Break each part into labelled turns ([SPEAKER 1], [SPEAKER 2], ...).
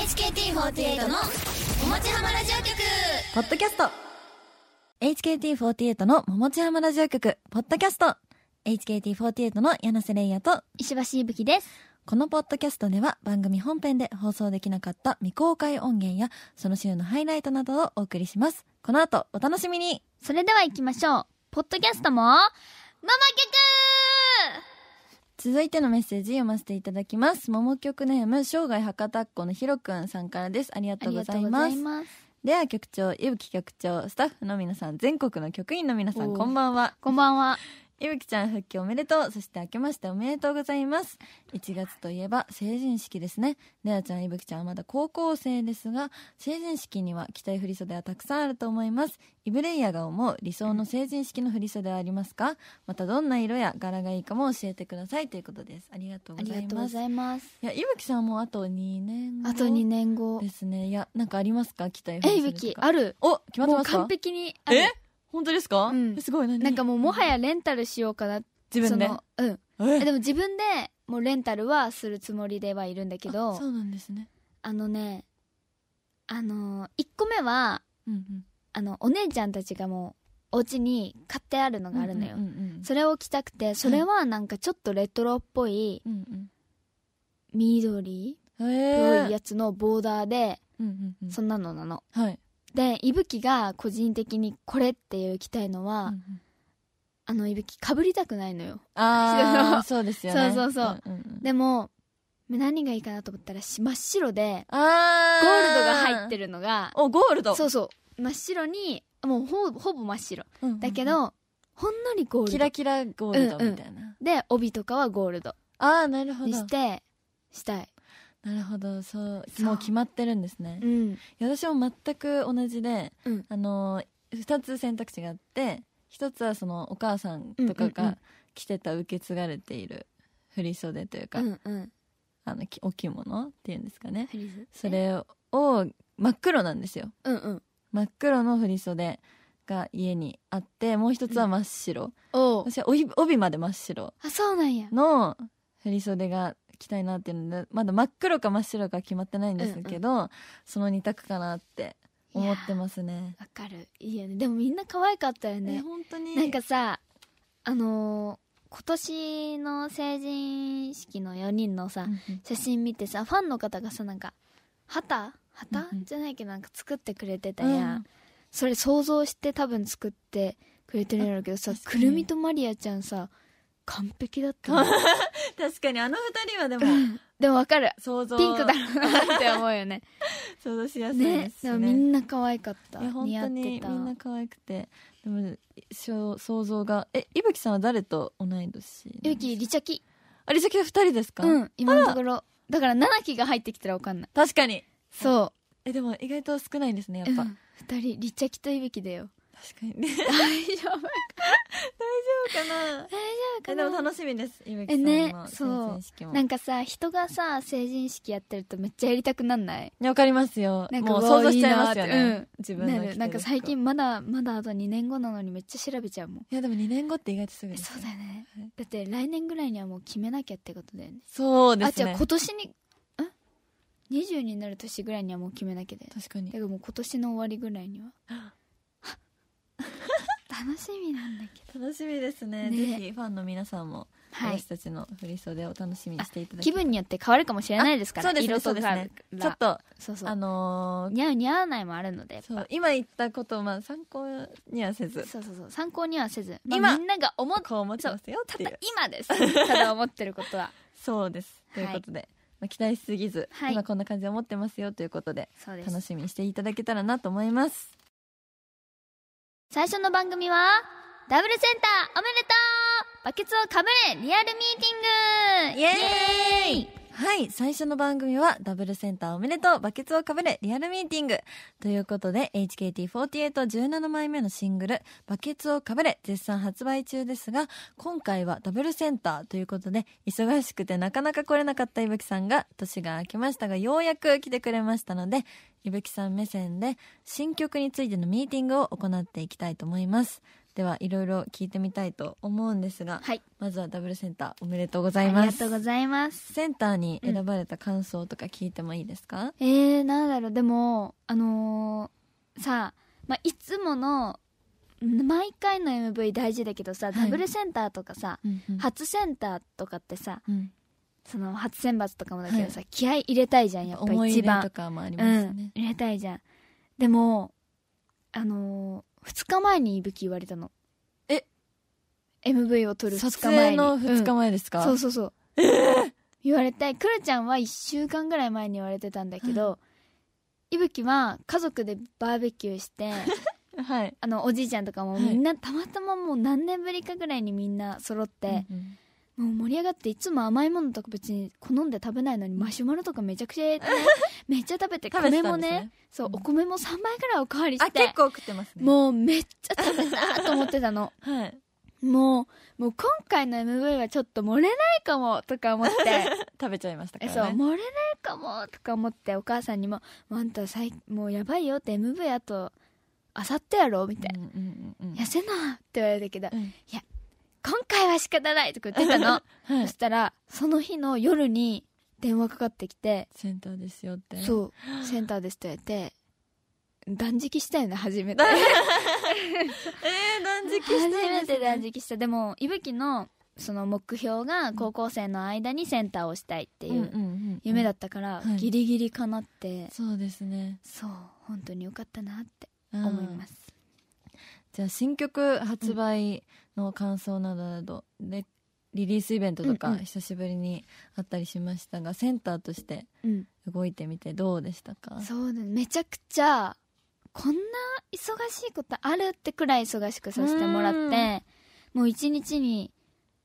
[SPEAKER 1] HKT48 のおもちはまラジオ局
[SPEAKER 2] ポッドキャスト HKT48 の桃地浜ラジオ局、ポッドキャスト HKT48 の柳瀬玲也と、
[SPEAKER 1] 石橋いぶきです
[SPEAKER 2] このポッドキャストでは番組本編で放送できなかった未公開音源や、その週のハイライトなどをお送りします。この後、お楽しみに
[SPEAKER 1] それでは行きましょうポッドキャストもママ
[SPEAKER 2] 続いてのメッセージ読ませていただきます。桃曲ネーム、生涯博多っ子のひろくんさんからです。ありが
[SPEAKER 1] 局
[SPEAKER 2] とうございます。
[SPEAKER 1] ます
[SPEAKER 2] では局長、いぶき局長、スタッフの皆さん、全国の局員の皆さ
[SPEAKER 1] お
[SPEAKER 2] ん、
[SPEAKER 1] う
[SPEAKER 2] こんばんは。
[SPEAKER 1] こんばんはい
[SPEAKER 2] ぶきちゃん復帰おめでとうそして明けましておめでとうございます1月といえば成人式ですねレアちゃんいぶきちゃんはまだ高校生ですが成人式には着たい振り袖はたくさんあると思いますイブレイヤが思う理想の成人式の振り袖はありますかまたどんな色や柄がいいかも教えてくださいということですありがとう
[SPEAKER 1] あ
[SPEAKER 2] ご
[SPEAKER 1] り
[SPEAKER 2] ざ
[SPEAKER 1] が
[SPEAKER 2] い
[SPEAKER 1] とうご
[SPEAKER 2] ますい
[SPEAKER 1] ざいます
[SPEAKER 2] やいぶきさんもあと2年後
[SPEAKER 1] あと2年後
[SPEAKER 2] ですねいやなんかありますか着たい振
[SPEAKER 1] え
[SPEAKER 2] り
[SPEAKER 1] い
[SPEAKER 2] 袖
[SPEAKER 1] ぶ
[SPEAKER 2] と
[SPEAKER 1] き
[SPEAKER 2] か
[SPEAKER 1] ある
[SPEAKER 2] お決まって
[SPEAKER 1] もう
[SPEAKER 2] ますか
[SPEAKER 1] 完璧にある
[SPEAKER 2] え本当ですか、
[SPEAKER 1] うん
[SPEAKER 2] えすごい何
[SPEAKER 1] なんかもうもはやレンタルしようかな
[SPEAKER 2] 自分で
[SPEAKER 1] そのうん
[SPEAKER 2] え
[SPEAKER 1] えでも自分でもうレンタルはするつもりではいるんだけど
[SPEAKER 2] あ
[SPEAKER 1] あ
[SPEAKER 2] そうなんですね
[SPEAKER 1] のねあの1個目は
[SPEAKER 2] うんうん
[SPEAKER 1] あのお姉ちゃんたちがもうお家に買ってあるのがあるのよ、
[SPEAKER 2] うんうんうん
[SPEAKER 1] それを着たくてそれはなんかちょっとレトロっぽい
[SPEAKER 2] うん
[SPEAKER 1] 緑
[SPEAKER 2] うん、
[SPEAKER 1] っ
[SPEAKER 2] え
[SPEAKER 1] ぽい
[SPEAKER 2] ー
[SPEAKER 1] やつのボーダーで
[SPEAKER 2] うんうんうん
[SPEAKER 1] そんなのなの
[SPEAKER 2] はい、
[SPEAKER 1] でいぶきが個人的にこれっていう着たいのは、
[SPEAKER 2] うんうん
[SPEAKER 1] あのいぶきかぶりたくないのよ
[SPEAKER 2] ああそうですよね
[SPEAKER 1] そうそうそう、
[SPEAKER 2] んんうん
[SPEAKER 1] でも何がいいかなと思ったらし真っ白でゴ
[SPEAKER 2] あ
[SPEAKER 1] ールドが入って
[SPEAKER 2] る
[SPEAKER 1] るのが
[SPEAKER 2] おゴールド
[SPEAKER 1] そうそう真っ白にもうほほぼ真っ白
[SPEAKER 2] うんうんうん
[SPEAKER 1] だけど、ほんのりゴール
[SPEAKER 2] キ
[SPEAKER 1] ド
[SPEAKER 2] ラキラゴールドみたいな、
[SPEAKER 1] で帯とかはゴールド
[SPEAKER 2] ああなるほど
[SPEAKER 1] にしてしたい
[SPEAKER 2] なるほどそう
[SPEAKER 1] そう
[SPEAKER 2] もう決まってるんですね、
[SPEAKER 1] うん
[SPEAKER 2] いや私も全く同じで、
[SPEAKER 1] うん
[SPEAKER 2] あの2つ選択肢があって1つはそのお母さんとか
[SPEAKER 1] うんうんうん
[SPEAKER 2] が着てた受け継がれている振り袖というか、
[SPEAKER 1] うんうん
[SPEAKER 2] あのきお着物っていうんですかね
[SPEAKER 1] フリーズ
[SPEAKER 2] それを真っ黒なんですよ
[SPEAKER 1] うんうん
[SPEAKER 2] 真っ黒の振袖が家にあってもう一つは真っ白、
[SPEAKER 1] お
[SPEAKER 2] 私は帯帯まで真っ白
[SPEAKER 1] あそうなんや
[SPEAKER 2] の振袖が着たいなっていうのでまだ真っ黒か真っ白か決まってないんですけど、その二択かなって思ってますね
[SPEAKER 1] いやわかるいいよねでもみんな可愛かったよ
[SPEAKER 2] ね
[SPEAKER 1] ね
[SPEAKER 2] 本当に
[SPEAKER 1] なんかさあのー今年の成人式の4人のさ、
[SPEAKER 2] うんうん
[SPEAKER 1] 写真見てさファンの方がさなんか旗旗、
[SPEAKER 2] うんうん
[SPEAKER 1] じゃないけどなんか作ってくれてた
[SPEAKER 2] うん
[SPEAKER 1] やん、それ想像して多分作ってくれてるんやろうけどさ
[SPEAKER 2] あ確か
[SPEAKER 1] く
[SPEAKER 2] に
[SPEAKER 1] るみとマリアちゃんさ完璧だった ね
[SPEAKER 2] 確かにあの二人はでも
[SPEAKER 1] でもわかる
[SPEAKER 2] 想像
[SPEAKER 1] ピンクだろうなって思うよ ね
[SPEAKER 2] 想像しやすい
[SPEAKER 1] ね
[SPEAKER 2] です
[SPEAKER 1] で
[SPEAKER 2] ね
[SPEAKER 1] もみんな可愛かった
[SPEAKER 2] いや本
[SPEAKER 1] 似合
[SPEAKER 2] 当
[SPEAKER 1] って
[SPEAKER 2] にみ
[SPEAKER 1] た
[SPEAKER 2] んな可愛くてでもしょ想像がえいぶきさんは誰と同い年なんですか
[SPEAKER 1] ゆきリチャキ
[SPEAKER 2] あれ先は2人ですか、
[SPEAKER 1] うん今のところだから7期が入ってきたらわかんない
[SPEAKER 2] 確かに
[SPEAKER 1] そ
[SPEAKER 2] えでも意外と少ないんですねや
[SPEAKER 1] う、
[SPEAKER 2] っぱ、
[SPEAKER 1] うん、2人リチャキといぶきだよ
[SPEAKER 2] 確かに 大丈
[SPEAKER 1] 大丈夫
[SPEAKER 2] 夫かな
[SPEAKER 1] か
[SPEAKER 2] え
[SPEAKER 1] な
[SPEAKER 2] でも楽しみですいぶき
[SPEAKER 1] え
[SPEAKER 2] さん
[SPEAKER 1] ね
[SPEAKER 2] の成
[SPEAKER 1] そう
[SPEAKER 2] 人式も、
[SPEAKER 1] なんかさ人がさ成人式やってるとめっちゃやりたくなんない
[SPEAKER 2] いやわかりますよ
[SPEAKER 1] なんか
[SPEAKER 2] もう
[SPEAKER 1] わあ
[SPEAKER 2] 想像しちゃいますよね
[SPEAKER 1] いいなってうん
[SPEAKER 2] 自分の
[SPEAKER 1] な
[SPEAKER 2] 着てる
[SPEAKER 1] る
[SPEAKER 2] 服
[SPEAKER 1] なんか最近まだまだあと2年後なのにめっちゃ調べちゃうもん
[SPEAKER 2] いやでも2年後って意外とすぐ
[SPEAKER 1] え
[SPEAKER 2] です
[SPEAKER 1] そうだよね
[SPEAKER 2] はい
[SPEAKER 1] だって来年ぐらいにはもう決めなきゃってことだよね
[SPEAKER 2] そうで
[SPEAKER 1] あ
[SPEAKER 2] す
[SPEAKER 1] じゃあ
[SPEAKER 2] ね
[SPEAKER 1] 今年にん20になる年ぐらいにはもう決めなきゃだよね
[SPEAKER 2] 確かに
[SPEAKER 1] だからもう今年の終わりぐらいには 楽しみなんだけど
[SPEAKER 2] 楽しみですね
[SPEAKER 1] ね
[SPEAKER 2] ぜひファンの皆さんも、
[SPEAKER 1] はい
[SPEAKER 2] 私たちの振り袖を楽しみにしていただ
[SPEAKER 1] 気
[SPEAKER 2] きたい
[SPEAKER 1] 分によって変わるかもしれないですから
[SPEAKER 2] そうですね
[SPEAKER 1] 色とか
[SPEAKER 2] そうですねちょっと
[SPEAKER 1] そうそ
[SPEAKER 2] あ
[SPEAKER 1] う
[SPEAKER 2] のー
[SPEAKER 1] 似合う似合わないもあるのでやっぱ
[SPEAKER 2] そう今言ったことをまあ参考にはせず
[SPEAKER 1] そうそうそう参考にはせず、まあ
[SPEAKER 2] 今
[SPEAKER 1] みんなが思っ
[SPEAKER 2] こう思ってますよったてい
[SPEAKER 1] だ
[SPEAKER 2] う
[SPEAKER 1] 今ですただ思ってることは
[SPEAKER 2] そうですということで、まあ、期待しすぎず、
[SPEAKER 1] はい
[SPEAKER 2] 今こんな感じで思ってますよということで
[SPEAKER 1] そうです
[SPEAKER 2] 楽しみにしていただけたらなと思います
[SPEAKER 1] 最初の番組はダブルセンターおめでとうバケツをかぶれリアルミーティングイエーイ
[SPEAKER 2] はい最初の番組はダブルセンターおめでとうバケツをかぶれリアルミーティングということで HKT4817 枚目のシングル「バケツをかぶれ」絶賛発売中ですが今回はダブルセンターということで忙しくてなかなか来れなかったいぶきさんが年が明けましたがようやく来てくれましたのでいぶきさん目線で新曲についてのミーティングを行っていきたいと思いますではいろいろ聞いてみたいと思うんですが、
[SPEAKER 1] はい
[SPEAKER 2] まずはダブルセンターおめでとうご
[SPEAKER 1] あ
[SPEAKER 2] ざい
[SPEAKER 1] り
[SPEAKER 2] ま
[SPEAKER 1] が
[SPEAKER 2] す
[SPEAKER 1] とうございます
[SPEAKER 2] センターに選ばれた感想とか聞いてもいいですか、
[SPEAKER 1] えー、なんだろうでもあのーさあ、まあ、いつもの毎回の MV 大事だけどさ、
[SPEAKER 2] い
[SPEAKER 1] ダブルセンターとかさ
[SPEAKER 2] うんうん
[SPEAKER 1] 初センターとかってさ
[SPEAKER 2] うん
[SPEAKER 1] その初選抜とかもだけどさ、気合い入れたいじゃんやっぱ
[SPEAKER 2] 思い
[SPEAKER 1] 一
[SPEAKER 2] 入れ
[SPEAKER 1] 番
[SPEAKER 2] とかもありま
[SPEAKER 1] う
[SPEAKER 2] す
[SPEAKER 1] ん
[SPEAKER 2] ね、、
[SPEAKER 1] 入れたいじゃんでもあのー、2日前にいぶき言われたの
[SPEAKER 2] え
[SPEAKER 1] MV を撮る2
[SPEAKER 2] 撮
[SPEAKER 1] 日前
[SPEAKER 2] 影
[SPEAKER 1] に
[SPEAKER 2] の2日前です
[SPEAKER 1] うん
[SPEAKER 2] か、
[SPEAKER 1] そうそうそう言われてくるちゃんは1週間ぐらい前に言われてたんだけど、いぶきは家族でバーベキューして
[SPEAKER 2] はい
[SPEAKER 1] あのおじいちゃんとかも
[SPEAKER 2] はい
[SPEAKER 1] みんな、たまたまもう何年ぶりかぐらいにみんな揃って、
[SPEAKER 2] うん
[SPEAKER 1] もう盛り上がっていつも甘いものとか別に好んで食べないのにマシュマロとかめちゃくちゃ入れ てねめっちゃ食べて
[SPEAKER 2] 食べて
[SPEAKER 1] 米
[SPEAKER 2] た
[SPEAKER 1] も
[SPEAKER 2] んです
[SPEAKER 1] ね
[SPEAKER 2] ね
[SPEAKER 1] そう、
[SPEAKER 2] うん
[SPEAKER 1] お米も3杯ぐらいおかわりし
[SPEAKER 2] あ
[SPEAKER 1] て
[SPEAKER 2] 結構食ってますねう
[SPEAKER 1] もうめっちゃ食べたと思ってたの
[SPEAKER 2] はい
[SPEAKER 1] もうもう今回の MV はちょっと盛れないかもとか思って
[SPEAKER 2] 食べちゃいましたか
[SPEAKER 1] え
[SPEAKER 2] ら
[SPEAKER 1] そう
[SPEAKER 2] ね
[SPEAKER 1] 盛れないかもとか思ってお母さんにも「もうあんた最もうやばいよ」って MV あとあさってやろみたいな
[SPEAKER 2] うんうんうんうん
[SPEAKER 1] 「痩せな」って言われたけど
[SPEAKER 2] うん
[SPEAKER 1] 「今回は仕方ない」とか言ってたの
[SPEAKER 2] は
[SPEAKER 1] そ
[SPEAKER 2] い
[SPEAKER 1] したらその日の夜に電話かかってきて
[SPEAKER 2] センターですよっ
[SPEAKER 1] 「
[SPEAKER 2] て う
[SPEAKER 1] そうセンターです」と言われて断食したよね初めて
[SPEAKER 2] えー、断食して
[SPEAKER 1] 初めて断食したでもいぶきのその目標が高校生の間にセンターをしたいって
[SPEAKER 2] て
[SPEAKER 1] いう夢だ
[SPEAKER 2] っ
[SPEAKER 1] ったから
[SPEAKER 2] はい
[SPEAKER 1] ギリギリかなって
[SPEAKER 2] たそうですね、
[SPEAKER 1] そう本当によかったなって
[SPEAKER 2] うん
[SPEAKER 1] 思います
[SPEAKER 2] じゃあ新曲発売の感想などなどでリリースイベントと
[SPEAKER 1] うん
[SPEAKER 2] か
[SPEAKER 1] うん
[SPEAKER 2] 久しぶりにあったりしましたが、センターとして
[SPEAKER 1] うん
[SPEAKER 2] 動いてみてどうでしたか
[SPEAKER 1] そうだねめちゃくちゃこんな忙しいことあるってくらい忙しくさせてもらってもう一日に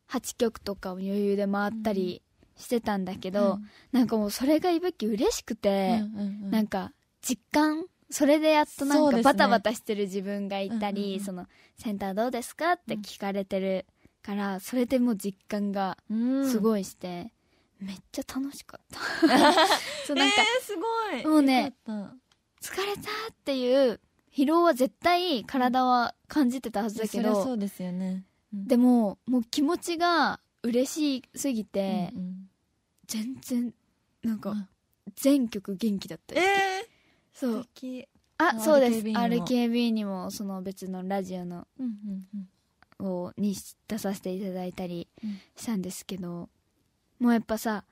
[SPEAKER 1] 8曲とかを余裕で回ったりしてたんだけど、なんかもうそれがいぶき嬉しく
[SPEAKER 2] う
[SPEAKER 1] て、
[SPEAKER 2] んうんうんうん
[SPEAKER 1] なんか実感それでやっとな
[SPEAKER 2] そ
[SPEAKER 1] ん
[SPEAKER 2] う
[SPEAKER 1] か
[SPEAKER 2] ですね
[SPEAKER 1] バタバタしてる自分がいた
[SPEAKER 2] うんうん
[SPEAKER 1] り
[SPEAKER 2] うん
[SPEAKER 1] そ,、のセンターどうですかって聞かれてるから、それでもう実感が
[SPEAKER 2] うん
[SPEAKER 1] す
[SPEAKER 2] い
[SPEAKER 1] ごいして、めっちゃ楽しかった そうなんか
[SPEAKER 2] えー、すごい
[SPEAKER 1] もうね
[SPEAKER 2] よかっ
[SPEAKER 1] 疲れたっていう疲労は絶対体は感じてたはず
[SPEAKER 2] た
[SPEAKER 1] だけ
[SPEAKER 2] いやそりゃそ
[SPEAKER 1] ど
[SPEAKER 2] うですよね、うん
[SPEAKER 1] でももう気持ちが嬉しすぎて、
[SPEAKER 2] うんうん
[SPEAKER 1] 全然なんか
[SPEAKER 2] うん
[SPEAKER 1] 全曲元気だったよ、
[SPEAKER 2] え
[SPEAKER 1] そ
[SPEAKER 2] ー、
[SPEAKER 1] う
[SPEAKER 2] 素敵
[SPEAKER 1] あそうです
[SPEAKER 2] RKB にも
[SPEAKER 1] RKB にもその別のラジオの
[SPEAKER 2] うんうんうん
[SPEAKER 1] をに出させていただいたり
[SPEAKER 2] うん
[SPEAKER 1] したんですけど、もうやっぱさ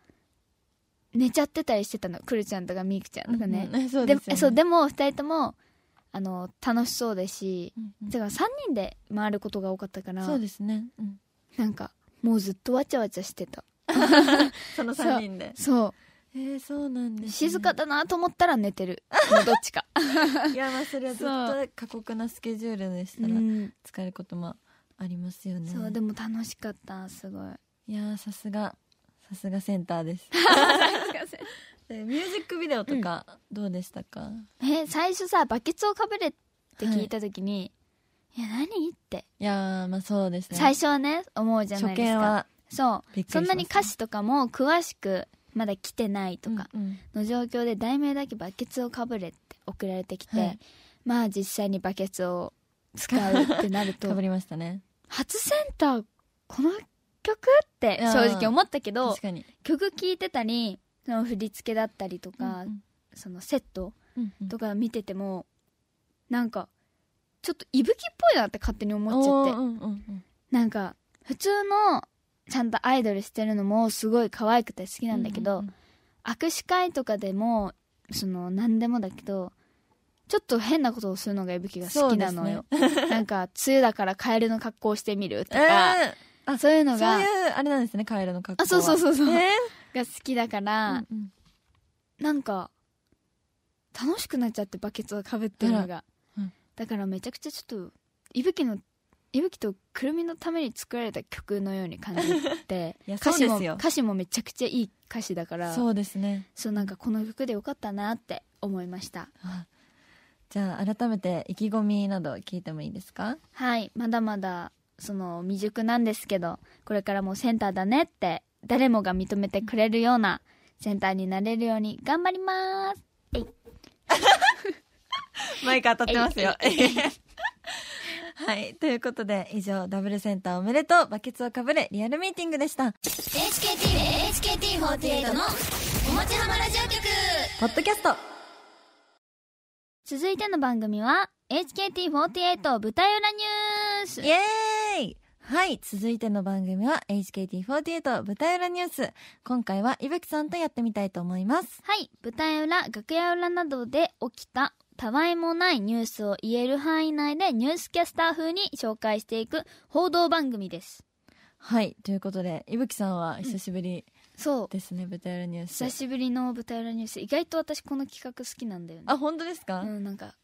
[SPEAKER 1] 寝ちゃってたりしてたのくるちゃんとかみーくちゃんとかね,、
[SPEAKER 2] うんうんそう
[SPEAKER 1] で
[SPEAKER 2] ですよね
[SPEAKER 1] そうでも2人ともあの楽しそうですし
[SPEAKER 2] うんうん
[SPEAKER 1] だから3人で回ることが多かったから
[SPEAKER 2] そうですね、うん、
[SPEAKER 1] なんかもうずっとわちゃわちゃしてた
[SPEAKER 2] その三人で
[SPEAKER 1] そ
[SPEAKER 2] えー、そうなん
[SPEAKER 1] う
[SPEAKER 2] です、ね、
[SPEAKER 1] 静かだなと思ったら寝て るもうどっちか、
[SPEAKER 2] いやまあそれはずっ
[SPEAKER 1] そ
[SPEAKER 2] と過酷なスケジュールでしたら
[SPEAKER 1] うん
[SPEAKER 2] 疲れることもありますよね
[SPEAKER 1] そうでも楽しかったすごい
[SPEAKER 2] いやーさすがさすがセンターですでミュージックビデオとかどうでしたか、
[SPEAKER 1] え最初さバケツをかぶれって聞いた時に、い、や何って
[SPEAKER 2] いやーまあそうですね
[SPEAKER 1] 最初はね思うじゃな
[SPEAKER 2] 初
[SPEAKER 1] いです
[SPEAKER 2] 見
[SPEAKER 1] か
[SPEAKER 2] は
[SPEAKER 1] そ
[SPEAKER 2] びっくりしま
[SPEAKER 1] うそん
[SPEAKER 2] す
[SPEAKER 1] なに歌詞とかも詳しくまだ来てないとか
[SPEAKER 2] うんうん
[SPEAKER 1] の状況で題名だけ「バケツをかぶれ」って送られてきて、
[SPEAKER 2] はい
[SPEAKER 1] まあ実際にバケツを使うってなる
[SPEAKER 2] か
[SPEAKER 1] と
[SPEAKER 2] ぶりましたね
[SPEAKER 1] 初センターこの曲って
[SPEAKER 2] いやー
[SPEAKER 1] 正直思ったけど
[SPEAKER 2] 確かに
[SPEAKER 1] 曲聴いてたりその振り付けだったりとか、
[SPEAKER 2] うん
[SPEAKER 1] そのセット
[SPEAKER 2] うんうん
[SPEAKER 1] とか見ててもなんかちょっと息吹っぽいなって勝手に思っちゃ
[SPEAKER 2] おー
[SPEAKER 1] って
[SPEAKER 2] うんうん
[SPEAKER 1] なんか普通のちゃんとアイドルしてるのもすごい可愛くて好き
[SPEAKER 2] うん
[SPEAKER 1] なんだけど、
[SPEAKER 2] ううん
[SPEAKER 1] 握手会とかでもその何でもだけどちょっと変なことをするのが息吹が好きなのよ、なんか梅雨だからカエルの格好をしてみると
[SPEAKER 2] え
[SPEAKER 1] か、
[SPEAKER 2] ーあ
[SPEAKER 1] そういうの
[SPEAKER 2] そう
[SPEAKER 1] が
[SPEAKER 2] いうあれなんですねカエルの格好
[SPEAKER 1] あそうそう
[SPEAKER 2] う
[SPEAKER 1] そうそう、
[SPEAKER 2] え
[SPEAKER 1] が好きだか
[SPEAKER 2] ー
[SPEAKER 1] ら、
[SPEAKER 2] うんうん
[SPEAKER 1] なんか楽しくなっちゃってバケツをかぶってるのが、
[SPEAKER 2] あらうん
[SPEAKER 1] だからめちゃくちゃちょっといぶきのいぶきとくるみのために作られた曲のように感じて
[SPEAKER 2] いや
[SPEAKER 1] 歌詞
[SPEAKER 2] そう
[SPEAKER 1] も
[SPEAKER 2] ですよ
[SPEAKER 1] 歌詞もめちゃくちゃいい歌詞だからそう
[SPEAKER 2] そうですね
[SPEAKER 1] なんかこの曲でよかったなって思いました
[SPEAKER 2] あじゃあ改めて意気込みなど聞いてもいいですか
[SPEAKER 1] はいまだまだその未熟なんですけどこれからもセンターだねって誰もが認めてくれるようなセンターになれるように頑張ります
[SPEAKER 2] マイク当たってますよ。はい。ということで、以上、ダブルセンターおめでとう、バケツをかぶれ、リアルミーティングでした。
[SPEAKER 3] HKT のおもちはまラジオ局
[SPEAKER 2] ポッドキャスト
[SPEAKER 1] 続いての番組は HKT48 舞台裏ニュース
[SPEAKER 2] イエーイはい、続いての番組は HKT48 舞台裏ニュース。今回は、いぶきさんとやってみたいと思います。
[SPEAKER 1] はい舞台裏楽屋裏などで起きたたわいもないニュースを言える範囲内でニュースキャスター風に紹介していく報道番組です
[SPEAKER 2] はい、ということで、いぶきさんは久しぶり
[SPEAKER 1] そう
[SPEAKER 2] ですね、舞台裏ニュース
[SPEAKER 1] 久。しぶりの舞台裏ニュース意外と私この企画好きなんだよね
[SPEAKER 2] あ、本当ですか、
[SPEAKER 1] うんなんか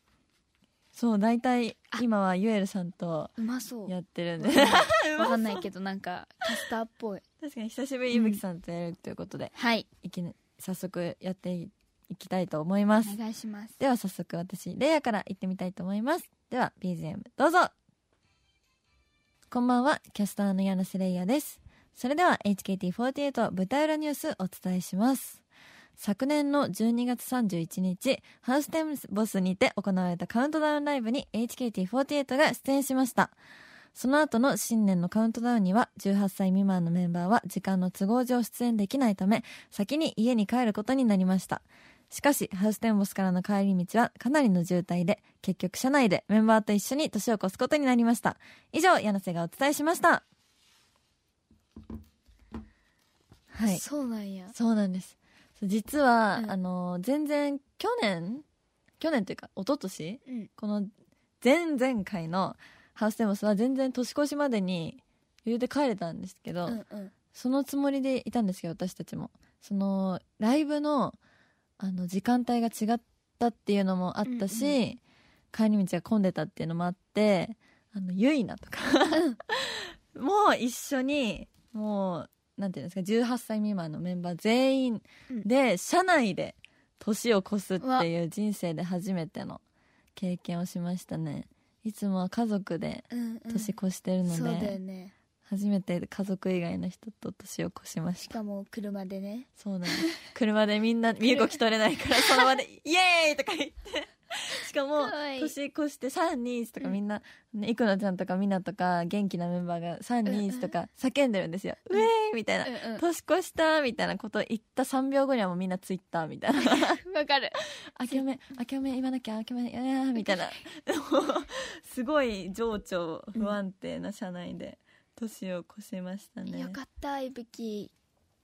[SPEAKER 2] そう、大体
[SPEAKER 1] あ、
[SPEAKER 2] 今はゆえるさんと
[SPEAKER 1] うまそう
[SPEAKER 2] やってるんで。
[SPEAKER 1] わかんないけどなんかキャスターっぽい
[SPEAKER 2] 確かに久しぶりいぶきさんとやるということで、
[SPEAKER 1] はい
[SPEAKER 2] いきな早速やっていきたいと思います
[SPEAKER 1] お願いします
[SPEAKER 2] では早速私レイヤから行ってみたいと思いますでは BGM どうぞこんばんはキャスターの柳瀬レイヤですそれでは HKT48 舞台裏ニュースお伝えします昨年の12月31日ハウステンボスにて行われたカウントダウンライブに HKT48 が出演しましたその後の新年のカウントダウンには18歳未満のメンバーは時間の都合上出演できないため先に家に帰ることになりましたしかしハウステンボスからの帰り道はかなりの渋滞で結局車内でメンバーと一緒に年を越すことになりました以上柳瀬がお伝えしましたはい
[SPEAKER 1] そうなんや
[SPEAKER 2] そうなんですそう実は、
[SPEAKER 1] うん
[SPEAKER 2] あの全然去年去年というか一昨年
[SPEAKER 1] うん
[SPEAKER 2] この前々回のハウステンボスは全然年越しまでに余裕で帰れたんですけど、
[SPEAKER 1] うんうん
[SPEAKER 2] そのつもりでいたんですけど私たちもそのライブのあの時間帯が違ったっていうのもあったし、
[SPEAKER 1] うんう
[SPEAKER 2] 帰り道が混んでたっていうのもあってあのゆいなとか もう一緒にもうなんていうんですか18歳未満のメンバー全員
[SPEAKER 1] うん
[SPEAKER 2] で、社内で年を越すっていう人生で初めての経験をしましたねいつもは家族で
[SPEAKER 1] うんうん
[SPEAKER 2] 年越してるので、
[SPEAKER 1] そうだよね
[SPEAKER 2] 初めて家族以外の人と年を越しまし
[SPEAKER 1] したかも車でね
[SPEAKER 2] そうなんです 車でみん な身動き取れないからその 場で「イエーイ!」とか言って しかも
[SPEAKER 1] かわいい
[SPEAKER 2] 年越して321とか
[SPEAKER 1] うん
[SPEAKER 2] みんな、ね、いくのちゃんとかみなとか元気なメンバーが321とか叫んでるんですよ「
[SPEAKER 1] うん
[SPEAKER 2] ウェーイ!」みたいな。
[SPEAKER 1] うんうん
[SPEAKER 2] 年越したみたいなことを言った3秒後にはもうみんなツイッターみたい な
[SPEAKER 1] わかる
[SPEAKER 2] 明けおめ明けおめ言わなきゃ明けおめいやーみたいなもう すごい情緒不安定な社内で年を越しましたね、
[SPEAKER 1] よかったいぶき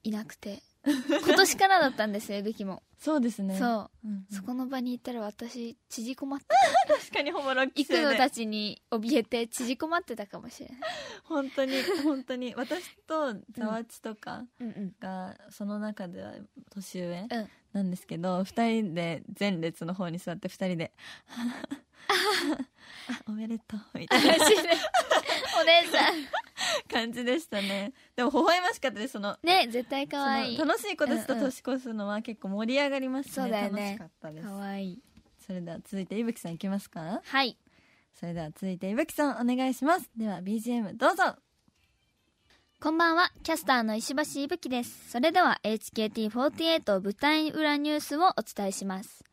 [SPEAKER 1] いなく て今年からだったんですよいぶきも
[SPEAKER 2] そうですね
[SPEAKER 1] そう
[SPEAKER 2] うんうん
[SPEAKER 1] そこの場にいたら私縮こまって
[SPEAKER 2] 確かにホモロッ
[SPEAKER 1] 行
[SPEAKER 2] キス
[SPEAKER 1] く
[SPEAKER 2] よ
[SPEAKER 1] の
[SPEAKER 2] ね
[SPEAKER 1] たちに怯えて縮こまってたかもしれない
[SPEAKER 2] 本当に本当に私とざわちとか
[SPEAKER 1] うんうん
[SPEAKER 2] がその中では年上
[SPEAKER 1] うん
[SPEAKER 2] なんですけど、二人で前列の方に座って 二人で「あおめでとう」みたいな
[SPEAKER 1] お姉さん
[SPEAKER 2] 感じでしたねでも微笑ましかったですその
[SPEAKER 1] ね絶対可愛い
[SPEAKER 2] その楽しい子たちと
[SPEAKER 1] うんうん
[SPEAKER 2] 年越すのは結構盛り上がりますね
[SPEAKER 1] そうだよね
[SPEAKER 2] 楽しかったです
[SPEAKER 1] 可愛い
[SPEAKER 2] それでは続いていぶきさんいきますか
[SPEAKER 1] はい
[SPEAKER 2] それでは続いていぶきさんお願いしますでは BGM どうぞ
[SPEAKER 1] こんばんはキャスターの石橋いぶきですそれでは HKT48 舞台裏ニュースをお伝えします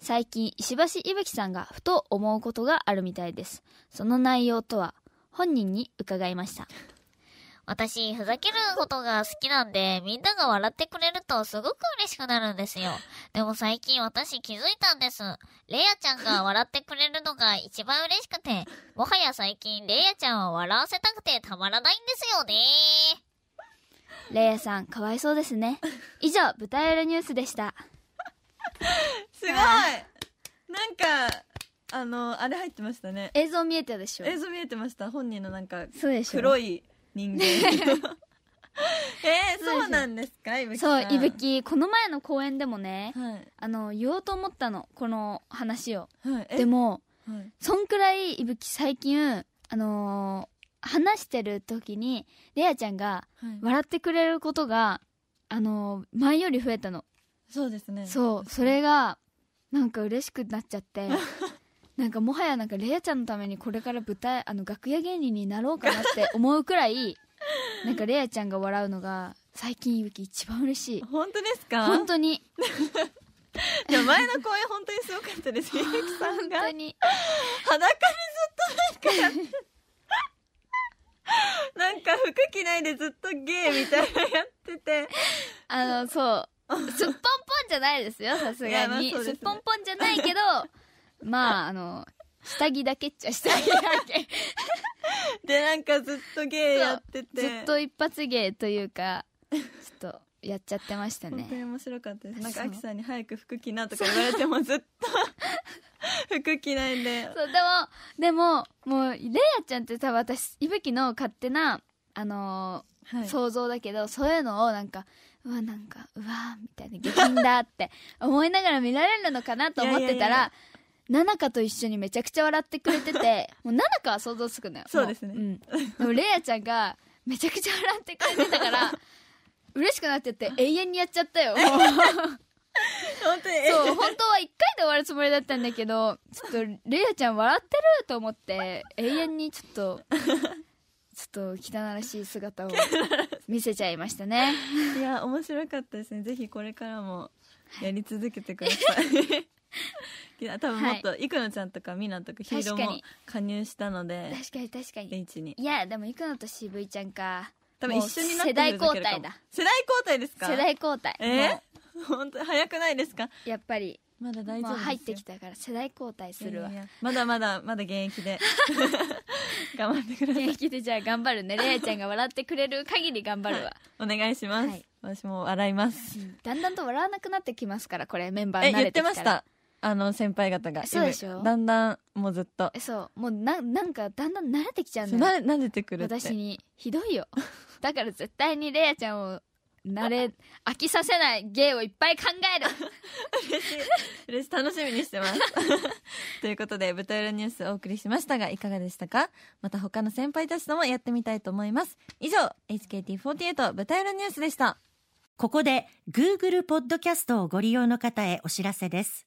[SPEAKER 1] 最近石橋いぶきさんがふと思うことがあるみたいですその内容とは本人に伺いました
[SPEAKER 3] 私ふざけることが好きなんでみんなが笑ってくれるとすごく嬉しくなるんですよでも最近私気づいたんですレイヤちゃんが笑ってくれるのが一番嬉しくてもはや最近レイヤちゃんは笑わせたくてたまらないんですよね
[SPEAKER 1] レイヤさんかわいそうですね以上舞台裏ニュースでした
[SPEAKER 2] すごいなんかあのあれ入ってましたね
[SPEAKER 1] 映像見えたでしょ
[SPEAKER 2] 映像見えてました本人のなんか
[SPEAKER 1] そうでしょ
[SPEAKER 2] 黒い人 間えー、そうなんですかいぶき
[SPEAKER 1] そ
[SPEAKER 2] さ
[SPEAKER 1] うんいぶきこの前の公演でもね
[SPEAKER 2] はい
[SPEAKER 1] あの言おうと思ったのこの話を
[SPEAKER 2] はいえ
[SPEAKER 1] でも
[SPEAKER 2] はい
[SPEAKER 1] そんくらいいぶき最近あのー話してる時にレアちゃんが
[SPEAKER 2] はい
[SPEAKER 1] 笑ってくれることがあのー前より増えたの
[SPEAKER 2] そうですね
[SPEAKER 1] そうそれがなんか嬉しくなっちゃって なんかもはやなんかレアちゃんのためにこれから舞台あの楽屋芸人になろうかなって思うくらいなんかレアちゃんが笑うのが最近いぶき一番嬉しい
[SPEAKER 2] 本当ですか
[SPEAKER 1] 本当に
[SPEAKER 2] でも前の公演本当にすごかったですいぶきさん
[SPEAKER 1] 本
[SPEAKER 2] が
[SPEAKER 1] 当に
[SPEAKER 2] 裸でずっとなんかなんか服着ないでずっとゲーみたいなやってて。
[SPEAKER 1] あの、そう。すっぽんぽんじゃないですよ、さす
[SPEAKER 2] いや
[SPEAKER 1] が
[SPEAKER 2] まあ
[SPEAKER 1] に。
[SPEAKER 2] そうです
[SPEAKER 1] す
[SPEAKER 2] ね
[SPEAKER 1] っぽんぽんじゃないけ ど、まあ、あの、下着だけっちゃ下着だけ。
[SPEAKER 2] で、なんかずっとゲーやってて。
[SPEAKER 1] ずっと一発芸というか、ちょっと、やっちゃってました
[SPEAKER 2] 本当
[SPEAKER 1] ね。
[SPEAKER 2] に面白かったです。なんか、
[SPEAKER 1] そう
[SPEAKER 2] アキさんに早く服着なとか言われて もずっと服着ないで。
[SPEAKER 1] そう、でも、でも、もう、レイヤちゃんって多分私、いぶきの勝手な、あのー
[SPEAKER 2] はい。
[SPEAKER 1] 想像だけどそういうのをなんかうわなんかうわみたいな下品だって 思いながら見られるのかなと思って
[SPEAKER 2] いや
[SPEAKER 1] た
[SPEAKER 2] いやい
[SPEAKER 1] らななかと一緒にめちゃくちゃ笑ってくれて てもうななかは想像つくのよ
[SPEAKER 2] そうです
[SPEAKER 1] も
[SPEAKER 2] ね
[SPEAKER 1] うん、でもレイヤちゃんがめちゃくちゃ笑ってくれてたから 嬉しくなっちゃって永遠にやっちゃったよもう
[SPEAKER 2] 本当に、え
[SPEAKER 1] そう本当は1回で終わるつもりだったんだけどちょっとレイヤちゃん笑ってると思って永遠にちょっ とちょっと汚らしい姿を見せちゃいましたね
[SPEAKER 2] いや、面白かったですね。ぜひこれからもやり続けてくださ い。いや、多分もっと、いくのちゃんとかみなとかヒー
[SPEAKER 1] 確
[SPEAKER 2] ロー
[SPEAKER 1] か
[SPEAKER 2] も
[SPEAKER 1] に
[SPEAKER 2] 加入したので、
[SPEAKER 1] 確かに確かに
[SPEAKER 2] H に。
[SPEAKER 1] いやでも行くのと渋いちゃんか
[SPEAKER 2] 多分一緒にな
[SPEAKER 1] も
[SPEAKER 2] って
[SPEAKER 1] う世代
[SPEAKER 2] るだけ
[SPEAKER 1] 交代だ
[SPEAKER 2] 世代交代ですか
[SPEAKER 1] 世代交代も
[SPEAKER 2] えー、本当早くないですか
[SPEAKER 1] うやっぱり
[SPEAKER 2] まだ大丈夫ですよ
[SPEAKER 1] もう入ってきたから世代交代するわ
[SPEAKER 2] いやいやまだまだまだ現 役で頑張ってください
[SPEAKER 1] 元気でじゃあ頑張るねレイヤちゃんが笑ってくれる限り頑張るわ
[SPEAKER 2] お願いします、
[SPEAKER 1] はい
[SPEAKER 2] 私も笑います
[SPEAKER 1] だんだんと笑わなくなってきますからこれメンバー
[SPEAKER 2] え
[SPEAKER 1] 慣
[SPEAKER 2] 言
[SPEAKER 1] れ
[SPEAKER 2] っ
[SPEAKER 1] て
[SPEAKER 2] て
[SPEAKER 1] き
[SPEAKER 2] ま
[SPEAKER 1] た
[SPEAKER 2] し
[SPEAKER 1] ら
[SPEAKER 2] たあの先輩方が
[SPEAKER 1] そうでしょ
[SPEAKER 2] 今だんだんもうずっと
[SPEAKER 1] えそうもうななんかだんだん慣れてきちゃう
[SPEAKER 2] そう
[SPEAKER 1] のよ
[SPEAKER 2] な慣れてくるって
[SPEAKER 1] 私にひどいよだから絶対にレイヤちゃんを慣れ飽きさせない芸をいっぱい考える
[SPEAKER 2] 嬉しい楽しみ にしてますということで「豚裏ニュース」お送りしましたがいかがでしたかまた他の先輩たちともやってみたいと思います以上 HKT48 豚裏ニュースでした
[SPEAKER 4] ここで Google ポッドキャストをご利用の方へお知らせです。